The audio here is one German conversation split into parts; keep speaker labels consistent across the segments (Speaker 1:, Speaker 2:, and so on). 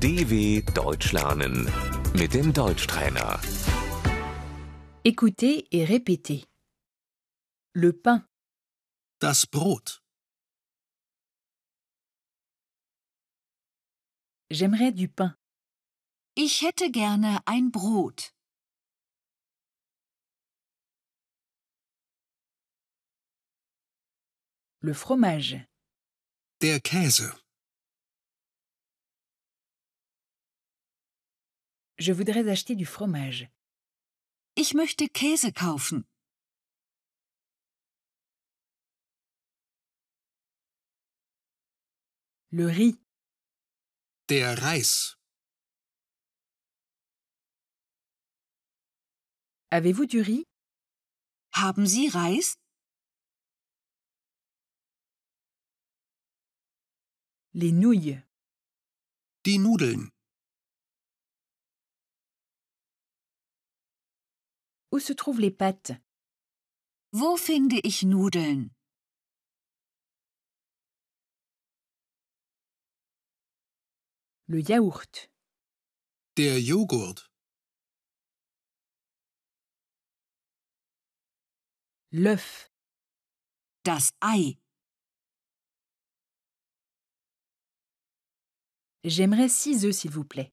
Speaker 1: DW Deutsch lernen mit dem Deutschtrainer.
Speaker 2: Écoutez et répétez. Le pain,
Speaker 3: Das Brot.
Speaker 2: j'aimerais du pain.
Speaker 4: Ich hätte gerne ein Brot.
Speaker 2: Le fromage,
Speaker 3: Der Käse.
Speaker 2: je voudrais acheter du fromage.
Speaker 4: Ich möchte Käse kaufen.
Speaker 2: Le riz,
Speaker 3: Der Reis.
Speaker 2: avez-vous du riz
Speaker 4: Haben Sie Reis?
Speaker 2: Les nouilles,
Speaker 3: Die Nudeln.
Speaker 2: où se trouvent les pâtes
Speaker 4: Wo finde ich Nudeln?
Speaker 2: Le yaourt,
Speaker 3: Der Joghurt.
Speaker 2: l'œuf,
Speaker 4: Das Ei.
Speaker 2: j'aimerais six œufs s'il vous plaît.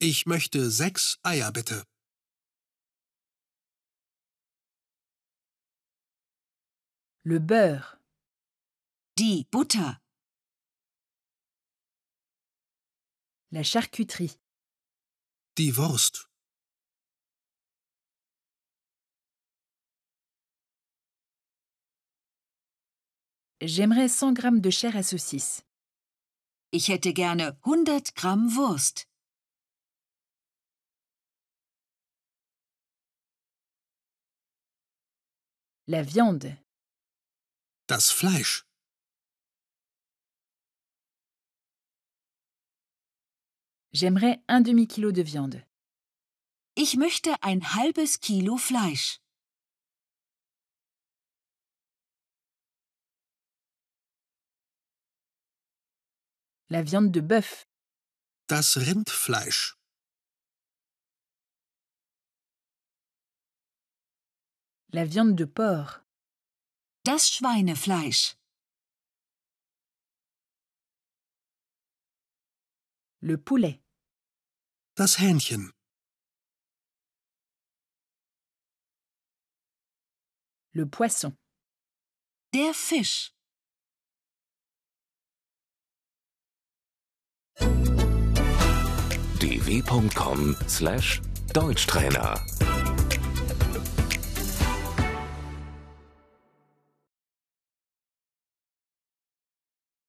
Speaker 3: Ich möchte sechs Eier bitte.
Speaker 2: Le beurre,
Speaker 4: Die Butter.
Speaker 2: la charcuterie,
Speaker 3: Die Wurst.
Speaker 2: j'aimerais 100 g de chair à saucisse.
Speaker 4: Ich hätte gerne 100 Gramm Wurst.
Speaker 2: La viande,
Speaker 3: Das Fleisch.
Speaker 2: j'aimerais un demi-kilo de viande.
Speaker 4: Ich möchte ein halbes Kilo Fleisch.
Speaker 2: La viande de bœuf,
Speaker 3: Das Rindfleisch.
Speaker 2: la viande de porc,
Speaker 4: Das Schweinefleisch.
Speaker 2: le poulet,
Speaker 3: Das Hähnchen.
Speaker 2: le poisson,
Speaker 4: Der Fisch.
Speaker 1: dw.com/deutschtrainer